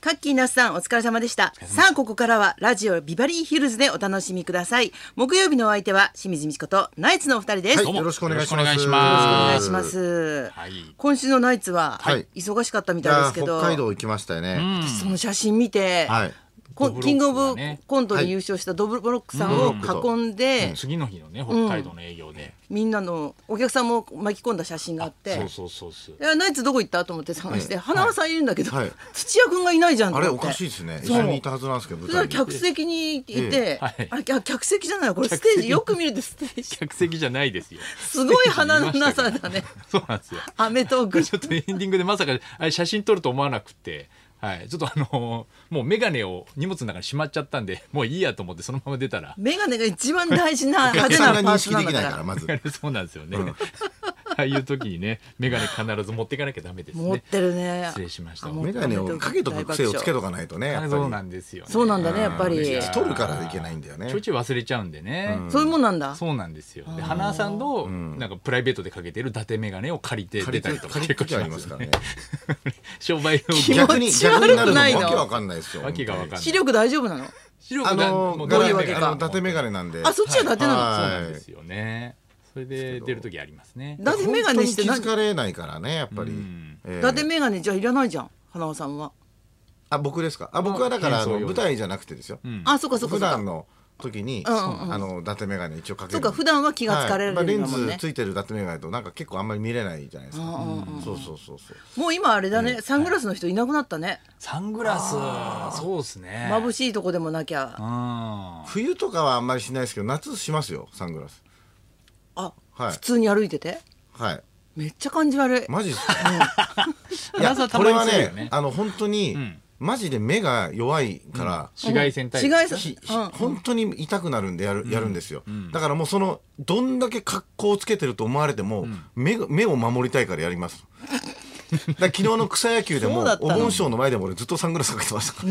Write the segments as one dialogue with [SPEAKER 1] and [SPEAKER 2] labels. [SPEAKER 1] カッキーなすさんお疲れ様でしたさあここからはラジオビバリーヒルズでお楽しみください木曜日のお相手は清水美智子とナイツのお二人です、
[SPEAKER 2] はい
[SPEAKER 1] よ
[SPEAKER 2] どう
[SPEAKER 1] ろし
[SPEAKER 2] も
[SPEAKER 1] く
[SPEAKER 2] よろしくお願いします
[SPEAKER 3] よろくお
[SPEAKER 1] お
[SPEAKER 3] 願
[SPEAKER 1] 願
[SPEAKER 3] い
[SPEAKER 1] い
[SPEAKER 3] し
[SPEAKER 1] し
[SPEAKER 3] ま。
[SPEAKER 1] ますす、
[SPEAKER 3] はい
[SPEAKER 1] 今週のナイツは、
[SPEAKER 2] はい
[SPEAKER 1] 忙しかったみ
[SPEAKER 2] い
[SPEAKER 1] たいで
[SPEAKER 2] や
[SPEAKER 1] すけど
[SPEAKER 2] 北海道行きましたよね。
[SPEAKER 1] 私その写真見て、
[SPEAKER 2] はい。
[SPEAKER 1] こ
[SPEAKER 3] ドブロックが
[SPEAKER 1] キングオブ
[SPEAKER 3] ね
[SPEAKER 1] コントで優勝したドブロックさんを囲んで、
[SPEAKER 3] 次の日のね北海道の営業で、
[SPEAKER 1] みんなのお客さんも巻き込んだ写真があって
[SPEAKER 3] そうそうそうそう
[SPEAKER 1] いやナイツどこ行ったと思って探して、花輪さんいるんだけど、
[SPEAKER 2] はい
[SPEAKER 1] 土屋君がいないじゃんと
[SPEAKER 2] あ
[SPEAKER 1] 思
[SPEAKER 2] れ
[SPEAKER 1] って
[SPEAKER 2] おかしいですね。一
[SPEAKER 1] そう
[SPEAKER 2] 緒にいたはずなんですけど
[SPEAKER 1] そし
[SPEAKER 2] 舞
[SPEAKER 1] た
[SPEAKER 2] 台
[SPEAKER 1] ら
[SPEAKER 2] に。
[SPEAKER 1] 客席にいて、
[SPEAKER 3] はい
[SPEAKER 1] あ客客席じゃないわこれステージよく見るとステージ
[SPEAKER 3] 客席じゃないですよ
[SPEAKER 1] すごい花のなさだね
[SPEAKER 3] そうなんですよ
[SPEAKER 1] アメトー ク
[SPEAKER 3] ちょっとエンディングでまさかあれ写真撮ると思わなくてはいちょっとあのもう眼鏡を荷物の中にしまっちゃったんでもういいやと思ってそのまま出たら
[SPEAKER 1] メガネが一番大事な
[SPEAKER 2] お
[SPEAKER 1] 派
[SPEAKER 2] 客
[SPEAKER 1] 手
[SPEAKER 2] さ
[SPEAKER 1] なんパ
[SPEAKER 2] が認
[SPEAKER 1] ーツ
[SPEAKER 2] 識
[SPEAKER 1] な
[SPEAKER 2] で
[SPEAKER 1] ん
[SPEAKER 2] き
[SPEAKER 1] だ
[SPEAKER 2] ない
[SPEAKER 1] か
[SPEAKER 2] から
[SPEAKER 1] ら
[SPEAKER 2] まず。
[SPEAKER 3] そうなんですよね、 ああいう時にね眼鏡必ず持っていかなきゃダメですね
[SPEAKER 1] 持ってるね
[SPEAKER 3] 失礼しました
[SPEAKER 1] あ持
[SPEAKER 3] 本
[SPEAKER 1] っ
[SPEAKER 2] メ
[SPEAKER 1] て
[SPEAKER 2] ガ
[SPEAKER 1] る
[SPEAKER 2] ネをかけと
[SPEAKER 1] 大
[SPEAKER 2] く
[SPEAKER 1] 爆
[SPEAKER 2] 癖を
[SPEAKER 1] 笑
[SPEAKER 2] つけとかないとね。やっぱり
[SPEAKER 3] そうなんですよ、ね、
[SPEAKER 1] そうなんだねやっぱり
[SPEAKER 3] うんいや
[SPEAKER 2] 聞き取るからいけないんだよね
[SPEAKER 3] ちょ。いちょい忘れちゃうんでね、
[SPEAKER 1] そういうもんなんだ
[SPEAKER 3] そうなんですよ。で花さんのなんかプライベートでかけてる伊達メガネを借りて
[SPEAKER 2] 借
[SPEAKER 3] 出
[SPEAKER 2] り
[SPEAKER 3] た
[SPEAKER 2] て
[SPEAKER 3] りとか
[SPEAKER 2] 借
[SPEAKER 3] 結
[SPEAKER 2] り
[SPEAKER 3] 構
[SPEAKER 2] て
[SPEAKER 3] し
[SPEAKER 2] あり
[SPEAKER 3] ま
[SPEAKER 2] ますす
[SPEAKER 3] よ
[SPEAKER 2] か
[SPEAKER 3] ね
[SPEAKER 2] らね。。
[SPEAKER 3] 商売
[SPEAKER 1] 気持
[SPEAKER 3] の
[SPEAKER 2] 逆に
[SPEAKER 1] ち悪
[SPEAKER 2] 逆
[SPEAKER 1] く
[SPEAKER 2] になるの
[SPEAKER 1] ないの
[SPEAKER 2] わけわかんないですよ。
[SPEAKER 3] わけがわかんない
[SPEAKER 1] 視力大丈夫なの
[SPEAKER 3] 視力
[SPEAKER 2] あ
[SPEAKER 3] が
[SPEAKER 2] のー
[SPEAKER 3] もう
[SPEAKER 1] ど
[SPEAKER 2] ガ
[SPEAKER 1] う
[SPEAKER 2] ラ
[SPEAKER 1] いう
[SPEAKER 2] あの
[SPEAKER 1] わけ
[SPEAKER 2] 伊
[SPEAKER 1] か
[SPEAKER 2] 達メガネなんで。
[SPEAKER 1] あそっちは伊達なの
[SPEAKER 2] はい
[SPEAKER 3] そうなんですよね。それで出る時ありますね。
[SPEAKER 1] だってメガネして何
[SPEAKER 2] 本当に気づかれないからねやっぱり
[SPEAKER 3] ん。
[SPEAKER 2] えー
[SPEAKER 1] 伊達メガネじゃいらないじゃん花輪さんは
[SPEAKER 2] あ僕ですか。あ僕はだからあ
[SPEAKER 3] まあ
[SPEAKER 2] の
[SPEAKER 3] 変装用
[SPEAKER 2] 舞台じゃなくてですよ。
[SPEAKER 3] うん
[SPEAKER 1] あそうかそうかそ
[SPEAKER 2] 普
[SPEAKER 1] うか
[SPEAKER 2] 段の時に
[SPEAKER 1] うんうんうん
[SPEAKER 2] あの伊達メガネ一応かける。
[SPEAKER 1] そうか普段は気がつかれるんだ
[SPEAKER 2] はいまあ
[SPEAKER 1] もん
[SPEAKER 2] レン
[SPEAKER 1] ね
[SPEAKER 2] ズついてる伊達メガネとなんか結構あんまり見れないじゃないですか。そうそうそうそう。
[SPEAKER 1] もう今あれだねサングラスの人いなくなったね
[SPEAKER 3] サングラスそうですね。
[SPEAKER 1] 眩
[SPEAKER 3] い。
[SPEAKER 1] しいとこでもなきゃ
[SPEAKER 3] あ
[SPEAKER 2] 冬とかはあんまりしないですけど夏しますよサングラス
[SPEAKER 1] あ
[SPEAKER 2] はい
[SPEAKER 1] 普通に歩いてて
[SPEAKER 2] はい
[SPEAKER 1] めっちゃ感じ悪い
[SPEAKER 2] マジです
[SPEAKER 3] あ。
[SPEAKER 2] い や
[SPEAKER 3] 花さんた
[SPEAKER 2] こ
[SPEAKER 3] ま
[SPEAKER 2] れ
[SPEAKER 3] に
[SPEAKER 2] は
[SPEAKER 3] するよ
[SPEAKER 2] ね
[SPEAKER 3] ね。
[SPEAKER 2] あの本当に、
[SPEAKER 3] ん
[SPEAKER 2] マジで目が弱いから、
[SPEAKER 3] 紫外線対
[SPEAKER 1] 紫外線
[SPEAKER 2] ひひ
[SPEAKER 1] うん
[SPEAKER 2] 本当に痛くなるんでやる,、やるんですよ、だからもうそのどんだけ格好をつけてると思われても、目が目を守りたいからやります だから昨日の草野球で
[SPEAKER 1] そ
[SPEAKER 2] も
[SPEAKER 1] うだった
[SPEAKER 2] お
[SPEAKER 1] の
[SPEAKER 2] 盆ショーの前でも俺ずっとサングラスかけてましたか
[SPEAKER 1] う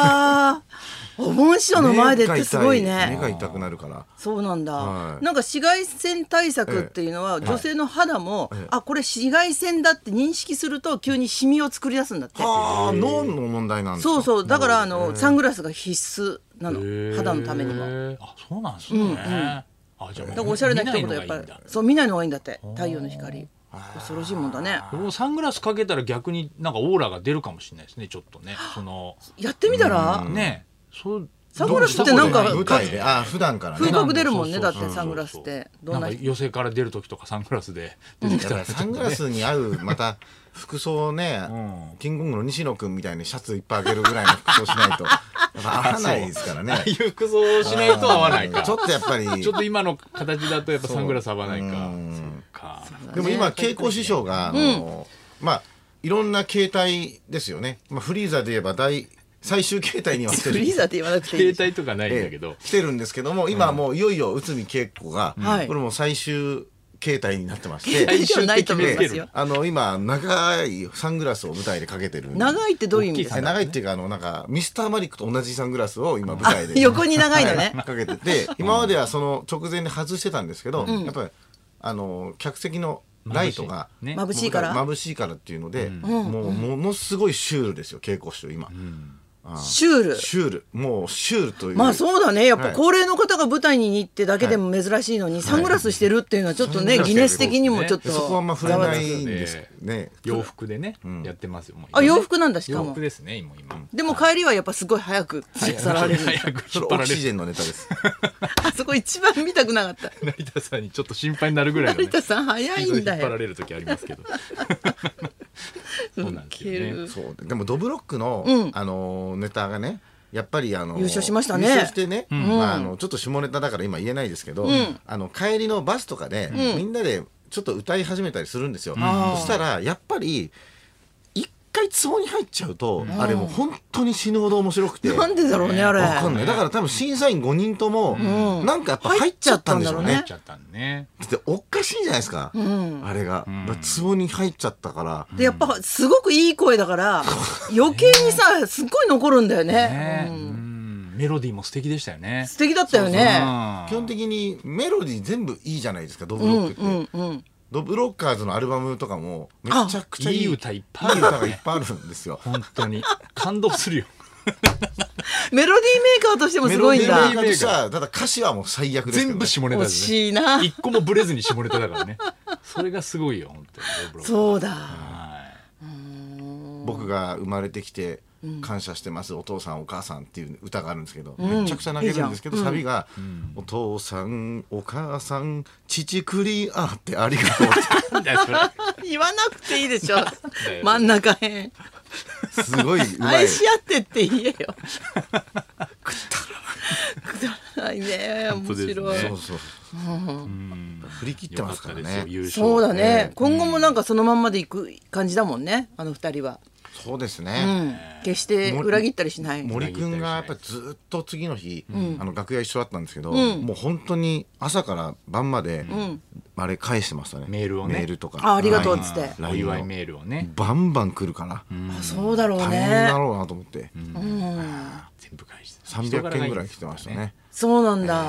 [SPEAKER 1] わーお盆師匠
[SPEAKER 2] ら
[SPEAKER 1] の前でってすごい
[SPEAKER 2] 目
[SPEAKER 1] ね
[SPEAKER 2] が痛目が痛くなるから
[SPEAKER 1] そうなんだ、
[SPEAKER 2] はい
[SPEAKER 1] なんか紫外線対策っていうのは女性の肌も、
[SPEAKER 2] ええ
[SPEAKER 1] あこれ紫外線だって認識すると急にシミを作り出すんだって
[SPEAKER 2] ああ脳の問題なんですか
[SPEAKER 1] そうそうだからあのサングラスが必須なの肌のためにもだ
[SPEAKER 3] も。あそうなんですね。あじゃあ
[SPEAKER 1] からおしゃれな人ほどやっぱりそう見ないのがいいんだって太陽の光恐ろしいもんだね
[SPEAKER 3] これもサングラスかけたら逆になんかオーラが出るかもしれないですねちょっとねその
[SPEAKER 1] やってみたら、
[SPEAKER 3] ねそう
[SPEAKER 1] サングラスってなんか
[SPEAKER 3] ど
[SPEAKER 2] 舞
[SPEAKER 3] うしたこと
[SPEAKER 2] 台であー普段から
[SPEAKER 1] 風
[SPEAKER 2] ね
[SPEAKER 1] 格出るもんね
[SPEAKER 3] そうそうそう
[SPEAKER 1] だってサングラスって
[SPEAKER 3] そうそう
[SPEAKER 1] ど
[SPEAKER 3] なんん
[SPEAKER 1] な
[SPEAKER 3] か
[SPEAKER 1] 人
[SPEAKER 3] 寄席から出る時とかサングラスで出て
[SPEAKER 2] だ
[SPEAKER 3] きた
[SPEAKER 2] かららサングラスに合う また服装ね、
[SPEAKER 3] うん
[SPEAKER 2] キングコングの西野君みたいにシャツいっぱいあげるぐらいの服装しないとやっぱ合わないで すからね
[SPEAKER 3] ああいう服装をしないと合わないか
[SPEAKER 2] ちょっとやっぱり
[SPEAKER 3] ちょっと今の形だとやっぱサングラス合わないか
[SPEAKER 2] うん
[SPEAKER 3] そっか
[SPEAKER 2] でも今慶光師匠があの、まあいろんな形態ですよね、まあ、フリーザで言えば大最終形態にはして
[SPEAKER 1] フ
[SPEAKER 2] る
[SPEAKER 1] リーザって言わなくていい
[SPEAKER 3] 携帯とかないんだけ
[SPEAKER 2] え
[SPEAKER 3] ど
[SPEAKER 2] え来てるんですけども今もういよいよ内海恵子が、
[SPEAKER 1] はい
[SPEAKER 2] これもう最終形態になってまして
[SPEAKER 1] 携帯ではないと思いますよ
[SPEAKER 2] あの今長いサングラスを舞台でかけてる
[SPEAKER 1] 長いってどういう意味です
[SPEAKER 2] え
[SPEAKER 1] か
[SPEAKER 2] 長いっていうかあのなんかミスターマリックと同じサングラスを今舞台
[SPEAKER 1] あ
[SPEAKER 2] で
[SPEAKER 1] 横に長いのね
[SPEAKER 2] はかけてて今まではその直前で外してたんですけど、やっぱりあの客席のライトが
[SPEAKER 3] ね
[SPEAKER 1] 眩しいから
[SPEAKER 2] 眩しいからっていうので、もうものすごいシュールですよ稽古師匠今、
[SPEAKER 1] シュール
[SPEAKER 2] シュールもうシュールという
[SPEAKER 1] まあそうだねやっぱ
[SPEAKER 2] はい
[SPEAKER 1] 高齢の方が舞台に行ってだけでも珍しいのに、サングラスしてるっていうのはちょっとね、
[SPEAKER 2] はい
[SPEAKER 1] ギネス的にもちょっと
[SPEAKER 2] そこはあんま触れないんですね。
[SPEAKER 3] 洋服でねやってますよもう今
[SPEAKER 1] あ
[SPEAKER 3] ね
[SPEAKER 1] 洋服なんだしか
[SPEAKER 3] 洋
[SPEAKER 1] も
[SPEAKER 3] 服
[SPEAKER 1] で
[SPEAKER 3] ですね今今
[SPEAKER 1] も帰りはやっぱすごい早く連れ去られる
[SPEAKER 3] 早
[SPEAKER 2] そ
[SPEAKER 3] く引
[SPEAKER 2] れ
[SPEAKER 3] っ張
[SPEAKER 2] オ
[SPEAKER 3] ら
[SPEAKER 2] キシ
[SPEAKER 3] れる
[SPEAKER 2] ジェンのネタです。
[SPEAKER 1] あそこ一番見たくなかった
[SPEAKER 3] 成田さんにちょっと心配になるぐらいの
[SPEAKER 1] 成
[SPEAKER 3] ね
[SPEAKER 1] 田さん早い
[SPEAKER 3] 引っ
[SPEAKER 1] んだ
[SPEAKER 3] 張ら
[SPEAKER 1] よ
[SPEAKER 3] れる時あります けど。そうなんですよ
[SPEAKER 1] ウケ
[SPEAKER 3] ね
[SPEAKER 1] る。
[SPEAKER 2] そうでもドブロックの、
[SPEAKER 1] うん
[SPEAKER 2] あのネタがねやっぱりあの
[SPEAKER 1] 優勝しましたね
[SPEAKER 2] 優勝してね、まあ、あのちょっと下ネタだから今言えないですけど、
[SPEAKER 1] ん
[SPEAKER 2] あの帰りのバスとかで、みんなでちょっと歌い始めたりするんですよ、
[SPEAKER 1] ん
[SPEAKER 2] そしたらやっぱり一回壺に入っちゃうと、あれもう本当に死ぬほど面白くて
[SPEAKER 1] なんでだろうねあれ
[SPEAKER 2] わかんないだから多分審査員5人とも、なんかやっぱ入っちゃったんでしょう
[SPEAKER 1] 入
[SPEAKER 2] ね
[SPEAKER 3] っちゃったんね。
[SPEAKER 2] だっておかしいじゃないですか、あれが、だから壺に入っちゃったから、
[SPEAKER 1] でやっぱすごくいい声だから余計にさすっごい残るんだよね
[SPEAKER 3] ね、うんメロディーも素敵でしたよね。
[SPEAKER 1] 素敵だったよね
[SPEAKER 2] 基本的にメロディー全部いいじゃないですかドブロックって、
[SPEAKER 1] うんうん
[SPEAKER 2] ドブロッカーズのアルバムとかもめちゃくちゃいい
[SPEAKER 3] いい歌いっぱいあ
[SPEAKER 2] い
[SPEAKER 3] る
[SPEAKER 2] い
[SPEAKER 3] よ
[SPEAKER 2] 歌がいっ
[SPEAKER 3] ね
[SPEAKER 2] ぱいあるんですよ。
[SPEAKER 3] 本当に感動するよ
[SPEAKER 1] メロディーメーカーとしても
[SPEAKER 2] メ
[SPEAKER 1] す
[SPEAKER 2] ロ
[SPEAKER 1] ご
[SPEAKER 2] デ
[SPEAKER 1] い
[SPEAKER 2] ィ
[SPEAKER 1] ん
[SPEAKER 2] ー
[SPEAKER 1] だ
[SPEAKER 2] メーカーとしてはただ歌詞はもう最悪ですけどね
[SPEAKER 3] 全部下ネタ
[SPEAKER 1] 惜
[SPEAKER 3] ですね
[SPEAKER 1] しいな
[SPEAKER 3] 一個もブレずに下ネタだからねそれがすごいよ本当にロブロック
[SPEAKER 1] そうだ
[SPEAKER 3] は
[SPEAKER 2] 僕が生まれてきて感謝してます、お父さんお母さんっていう歌があるんですけど、めちゃくちゃ泣けるんですけど、サビが、お父さんお母さん父クリアってありがとう」っ
[SPEAKER 3] いなんだよそれ
[SPEAKER 1] 言わなくていいでしょ
[SPEAKER 3] よ
[SPEAKER 1] 真ん中へん
[SPEAKER 2] てすごいうまい
[SPEAKER 1] 愛し合ってって言えよくだらないくだらないね面
[SPEAKER 3] 本当
[SPEAKER 1] 白
[SPEAKER 3] で
[SPEAKER 1] い
[SPEAKER 3] すね
[SPEAKER 2] そうそう
[SPEAKER 3] うん
[SPEAKER 2] 振り切ってますから
[SPEAKER 3] よったですよ
[SPEAKER 2] ね
[SPEAKER 3] 優勝
[SPEAKER 1] そうだね
[SPEAKER 2] え、え
[SPEAKER 1] 今後もなんかそのまんまでいく感じだもんねあの二人は、
[SPEAKER 2] そうです
[SPEAKER 1] う
[SPEAKER 2] ね、
[SPEAKER 1] ん、決して裏切ったりしない
[SPEAKER 2] 森くんがやっぱりずっと次の日、あの楽屋一緒だったんですけど、
[SPEAKER 1] ん
[SPEAKER 2] もう本当に朝から晩まで、あれ返してましたね
[SPEAKER 3] メールをね
[SPEAKER 2] メールとか
[SPEAKER 1] あありがとうっつって
[SPEAKER 2] はい
[SPEAKER 3] お祝いメールをね
[SPEAKER 2] バンバン来るから、
[SPEAKER 1] あそうだろう
[SPEAKER 2] 大変
[SPEAKER 1] ね
[SPEAKER 2] だろうなと思って、
[SPEAKER 3] 全部返して
[SPEAKER 2] 300件ぐらい来てましたね
[SPEAKER 1] そうなんだ、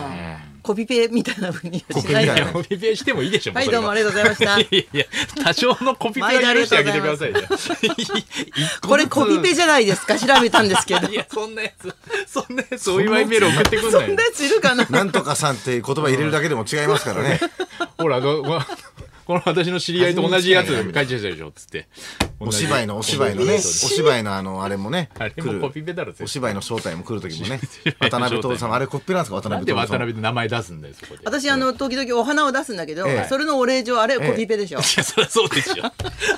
[SPEAKER 1] コピペみたいなふうにはしない
[SPEAKER 2] コピ
[SPEAKER 1] で
[SPEAKER 2] ペみたい
[SPEAKER 3] い
[SPEAKER 2] な
[SPEAKER 3] やコピペしてもいいでしょ
[SPEAKER 1] はいどうもあり
[SPEAKER 3] が
[SPEAKER 1] がとうございました
[SPEAKER 3] いやいや多少のコピペは許してあげてくださいね一 個
[SPEAKER 1] こ
[SPEAKER 3] ず
[SPEAKER 1] れ
[SPEAKER 3] つ
[SPEAKER 1] コピペじゃないですか調べたんですけどそん
[SPEAKER 3] いやそんなやつそんなやつお祝いメール送ってくん
[SPEAKER 1] な
[SPEAKER 3] ない
[SPEAKER 1] やついるかな
[SPEAKER 2] なんとかさんっていう言葉入れるだけでも違いますから ね。
[SPEAKER 3] ほらどこ この私の知り合いと同じやつ書いちゃうでしょつって
[SPEAKER 2] お芝居のお芝居のね、お芝居のあのあれもね、
[SPEAKER 3] あれもコピペだろ絶対
[SPEAKER 2] お芝居の正体も来る時も ね
[SPEAKER 3] 芝居、の
[SPEAKER 2] 渡辺徹さんあれコピペなんですか渡
[SPEAKER 3] なん
[SPEAKER 2] 辺
[SPEAKER 3] で
[SPEAKER 2] 徹
[SPEAKER 3] 渡
[SPEAKER 2] さん。
[SPEAKER 3] 辺の名前出すんだよそこで
[SPEAKER 1] 私あの時々お花を出すんだけど、
[SPEAKER 2] ええ
[SPEAKER 1] それのお礼状あれコピペでしょ、
[SPEAKER 3] いやそりゃそう ですよ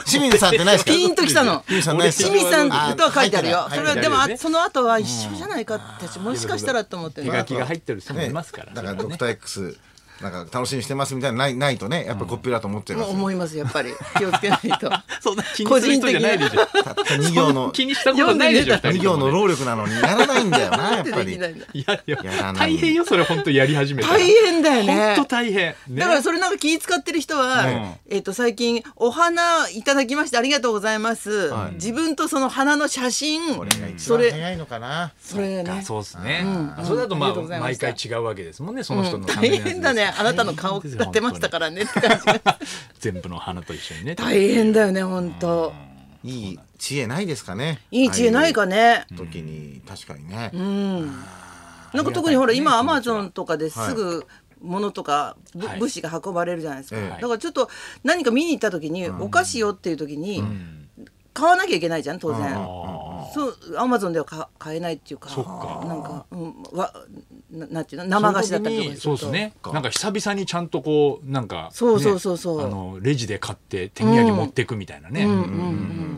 [SPEAKER 2] 清水さんってないですか？
[SPEAKER 1] ピンときたの
[SPEAKER 2] 清水さんないです
[SPEAKER 1] 清
[SPEAKER 2] か？
[SPEAKER 1] 水さんとは書いてあるよ
[SPEAKER 2] あ。
[SPEAKER 1] そ
[SPEAKER 2] 書い
[SPEAKER 1] れは
[SPEAKER 2] てある
[SPEAKER 1] でも
[SPEAKER 3] 書いてあるよね
[SPEAKER 1] あその後は一緒じゃないかって私もしかしたらと思って
[SPEAKER 3] 手
[SPEAKER 1] ね
[SPEAKER 3] 書きが入ってる人もいますから
[SPEAKER 2] だからドクター X なんか楽しみにしてますみたいなのないないとね、やっぱコピペだと思っちゃいま
[SPEAKER 1] もう
[SPEAKER 2] すよ。
[SPEAKER 1] 思いますやっぱり気をつけないと。
[SPEAKER 3] そんな気にする人じゃないでしょ
[SPEAKER 2] たった2行の
[SPEAKER 3] 気にしたことないでしょ
[SPEAKER 1] 読
[SPEAKER 2] 二
[SPEAKER 3] 二人
[SPEAKER 2] 行
[SPEAKER 3] とも
[SPEAKER 2] の
[SPEAKER 3] ね
[SPEAKER 2] 労力なのにやらないんだよなや
[SPEAKER 1] な
[SPEAKER 2] っ
[SPEAKER 1] んで
[SPEAKER 2] ぱ
[SPEAKER 1] でき
[SPEAKER 2] り。
[SPEAKER 1] ないんだ。
[SPEAKER 3] いやい
[SPEAKER 2] やら
[SPEAKER 3] や
[SPEAKER 2] ない
[SPEAKER 3] 大変よそれ本当やり始めたら
[SPEAKER 1] 大変だよね。
[SPEAKER 3] 本当大変ね
[SPEAKER 1] だからそれなんか気使ってる人は、えっ、と最近お花いただきましてありがとうございます。自分とその花の写真、
[SPEAKER 2] これが一
[SPEAKER 1] そ
[SPEAKER 2] 番
[SPEAKER 1] れ
[SPEAKER 2] 早いのかな。
[SPEAKER 1] それね。
[SPEAKER 3] そうですね
[SPEAKER 1] うん
[SPEAKER 3] それだとま
[SPEAKER 1] あ
[SPEAKER 3] あ
[SPEAKER 1] りがとうございま
[SPEAKER 3] 毎
[SPEAKER 1] した
[SPEAKER 3] 回違うわけですもんねその人のため
[SPEAKER 1] 大
[SPEAKER 3] のやつです
[SPEAKER 1] 変だね。あなたの顔立てましたからねって感じ。
[SPEAKER 3] 全部の花と一緒にね
[SPEAKER 1] 大変だよね本当。
[SPEAKER 2] いい知恵ないですかね。
[SPEAKER 1] いい知恵ないかね。
[SPEAKER 2] ああいう時に確かにね。
[SPEAKER 1] なんか特にほら
[SPEAKER 3] あり
[SPEAKER 1] 今
[SPEAKER 3] がた
[SPEAKER 1] ア
[SPEAKER 3] いね
[SPEAKER 1] マゾンとかですぐ物とかぶ
[SPEAKER 3] はい
[SPEAKER 1] 物資が運ばれるじゃないですか、
[SPEAKER 2] ええ
[SPEAKER 1] だからちょっと何か見に行った時にお菓子よっていう時に買わなきゃいけないじゃん当然。
[SPEAKER 3] あ
[SPEAKER 1] そうアマゾンでは買買えないっていうか
[SPEAKER 3] そっか
[SPEAKER 1] なんか、うん、わななんていうの生菓子だったりとか
[SPEAKER 3] そうですねなんか久々にちゃんとこうなんか
[SPEAKER 1] そうそう
[SPEAKER 3] ね
[SPEAKER 1] そうそう
[SPEAKER 3] あのレジで買って手土産持ってくみたいなね
[SPEAKER 1] うんう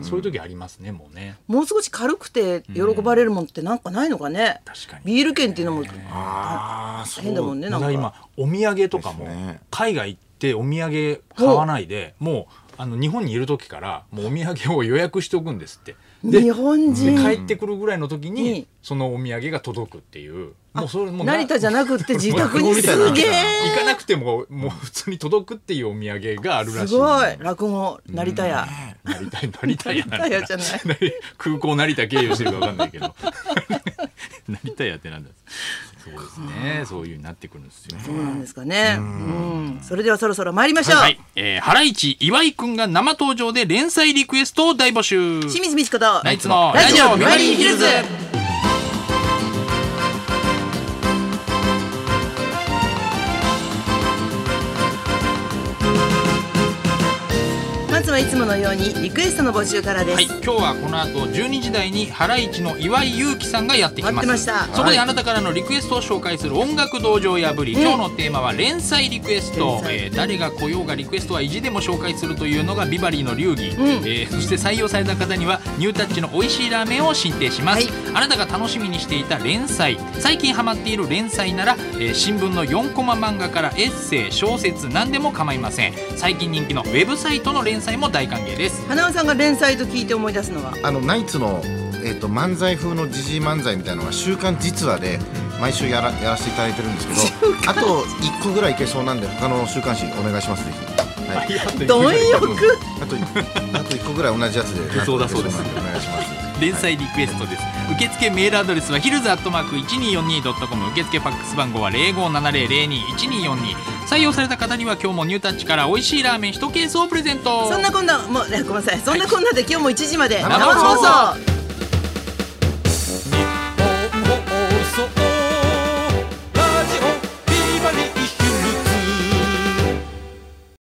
[SPEAKER 1] ん
[SPEAKER 3] そういう時ありますねもうね
[SPEAKER 1] もう少し軽くて喜ばれるもんってなんかないのかね、
[SPEAKER 3] 確かに
[SPEAKER 1] ビール券っていうのも
[SPEAKER 2] ああ、そう
[SPEAKER 1] 変だもんね
[SPEAKER 3] だ
[SPEAKER 1] なん
[SPEAKER 3] から
[SPEAKER 1] か
[SPEAKER 3] 今お土産とかも
[SPEAKER 2] ですね
[SPEAKER 3] 海外行ってお土産買わないでもうあの日本にいる時からもうお土産を予約しておくんですってで
[SPEAKER 1] 日本
[SPEAKER 3] で
[SPEAKER 1] 人
[SPEAKER 3] 帰ってくるぐらいの時
[SPEAKER 1] う
[SPEAKER 3] に
[SPEAKER 1] ん
[SPEAKER 3] そのお土産が届くっていうもうそれもうな
[SPEAKER 1] 成田じゃなくって自 宅に
[SPEAKER 2] 落語みたいな
[SPEAKER 1] すげえ
[SPEAKER 3] 行かなくてももう普通に届くっていうお土産があるらしい
[SPEAKER 1] すごい落語成田屋。
[SPEAKER 3] なりたいなりたいや
[SPEAKER 1] 成田屋じゃない
[SPEAKER 3] 空港成田経由してるかわかんないけ ど成田やってなんだそうですねそういう風になってくるんです よ
[SPEAKER 1] そうなんですかね。うん、それではそろそろ参りましょう。
[SPEAKER 3] はい、えー、ハライチ岩井くんが生登場で連載リクエストを大募集
[SPEAKER 1] 清水美智子と
[SPEAKER 3] ナイツの
[SPEAKER 1] ラジオビ
[SPEAKER 3] ビ
[SPEAKER 1] バ
[SPEAKER 3] バ
[SPEAKER 1] リー
[SPEAKER 3] リー
[SPEAKER 1] ヒ
[SPEAKER 3] ヒ
[SPEAKER 1] ル
[SPEAKER 3] ル
[SPEAKER 1] ズ
[SPEAKER 3] ズ。
[SPEAKER 1] まずはいつものようにリクエストの募集からです。
[SPEAKER 3] はい、今日はこの後12時台にハライチの岩井勇気さんがやってきます
[SPEAKER 1] 待ってました
[SPEAKER 3] そこであなたからのリクエストを紹介する音楽道場破り、今日のテーマは連載リクエス
[SPEAKER 1] 連
[SPEAKER 3] ト、
[SPEAKER 1] 載
[SPEAKER 3] えー誰が来ようがリクエストは意地でも紹介するというのがビバリーの流儀、えーそして採用された方にはニュータッチの美味しいラーメンを進呈します、
[SPEAKER 1] は
[SPEAKER 3] あなたが楽しみにしていた連載最近ハマっている連載なら、えー新聞の4コマ漫画からエッセイ小説何でも構いません最近人気のウェブサイトの連載も大歓迎です
[SPEAKER 1] 花輪さんが連載と聞いて思い出すのは。
[SPEAKER 2] あのナイツの、えっと漫才風の時事漫才みたいなのが「週刊実話」で毎週やらやらせていただいてるんですけどあと1個ぐらいいけそうなんで他の週刊誌お願いしますぜひ、はい、
[SPEAKER 1] 貪欲。
[SPEAKER 2] あとあと1個ぐらい同じやつで
[SPEAKER 3] そうだそうです
[SPEAKER 2] なんでお願いします
[SPEAKER 3] 連載リクエストです受付メールアドレスはヒルズアットマーク 1242.com 受付ファックス番号は0570021242採用された方には今日もニュータッチから美味しいラーメン1ケースをプレゼント
[SPEAKER 1] そんなこんなもうごめんなさいそんなこんなで今日も1時まで
[SPEAKER 2] 生放送